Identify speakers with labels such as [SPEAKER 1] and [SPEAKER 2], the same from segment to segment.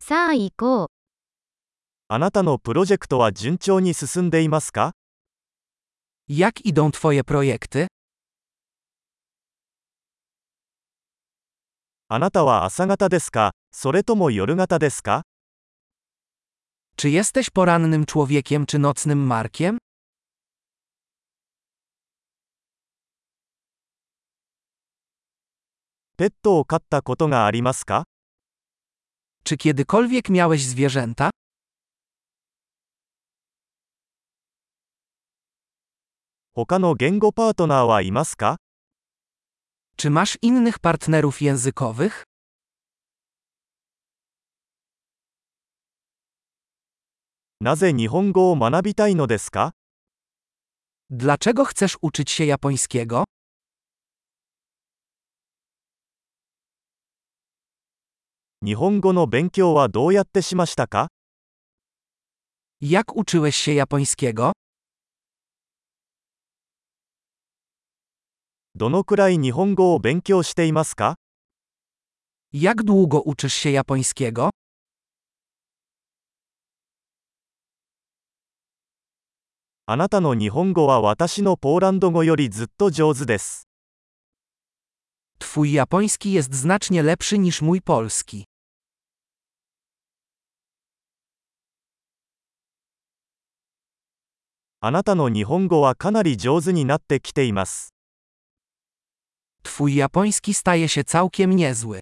[SPEAKER 1] さあ行こう。
[SPEAKER 2] あなたのプロジェクトは順調に進んでいますか
[SPEAKER 3] Jak idą Twoje projekty?
[SPEAKER 2] あなたは朝方ですかそれとも夜型ですか
[SPEAKER 3] Czy jesteś porannym człowiekiem czy nocnym markiem?
[SPEAKER 2] ペットを飼ったことがありますか
[SPEAKER 3] Czy kiedykolwiek miałeś zwierzęta?
[SPEAKER 2] 他の言語パートナーはいますか
[SPEAKER 3] Czy masz innych partnerów językowych?
[SPEAKER 2] なぜ日本語を学びたいのですか
[SPEAKER 3] Dlaczego chcesz uczyć się japońskiego?
[SPEAKER 2] 日本語の勉強はどうやってしましたか
[SPEAKER 3] Jak uczyłeś się japońskiego?
[SPEAKER 2] どのくらい日本語を勉強していますか
[SPEAKER 3] Jak długo uczysz się japońskiego?
[SPEAKER 2] あなたの日本語は私のポーランド語よりずっと上手です。
[SPEAKER 3] Twój japoński jest znacznie lepszy niż mój polski.
[SPEAKER 2] あなたの日本語はかなり上手になってきています。
[SPEAKER 3] Twój japoński staje się całkiem niezły.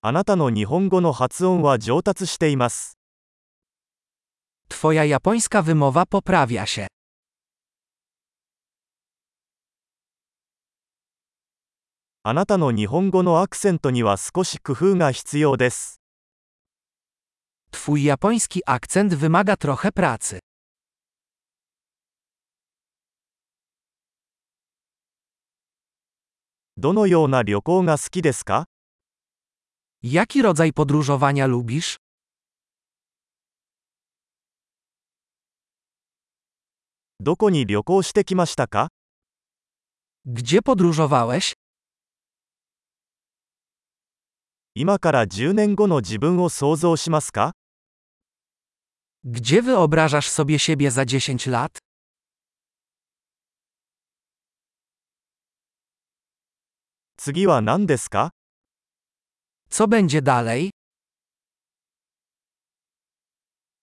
[SPEAKER 2] あなたの日本語の発音は上達しています。
[SPEAKER 3] Twoja japońska wymowa poprawia się.
[SPEAKER 2] あなたの日本語のアクセントには少し工夫が必要です。
[SPEAKER 3] Twój japoński akcent wymaga trochę pracy.
[SPEAKER 2] どのような旅行が好きですか
[SPEAKER 3] Jaki rodzaj podróżowania lubisz?
[SPEAKER 2] どこに旅行してきましたか
[SPEAKER 3] Gdzie podróżowałeś?
[SPEAKER 2] 今から10年後の自分を想像しますか
[SPEAKER 3] Gdzie wyobrażasz sobie siebie za 10 lat?
[SPEAKER 2] 次は何ですか
[SPEAKER 3] Co będzie dalej?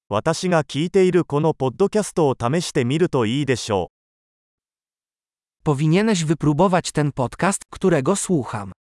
[SPEAKER 2] 私が聞いているこのポッドキャストを試してみるといいでしょう。
[SPEAKER 3] Powinieneś wypróbować ten podcast, którego słucham.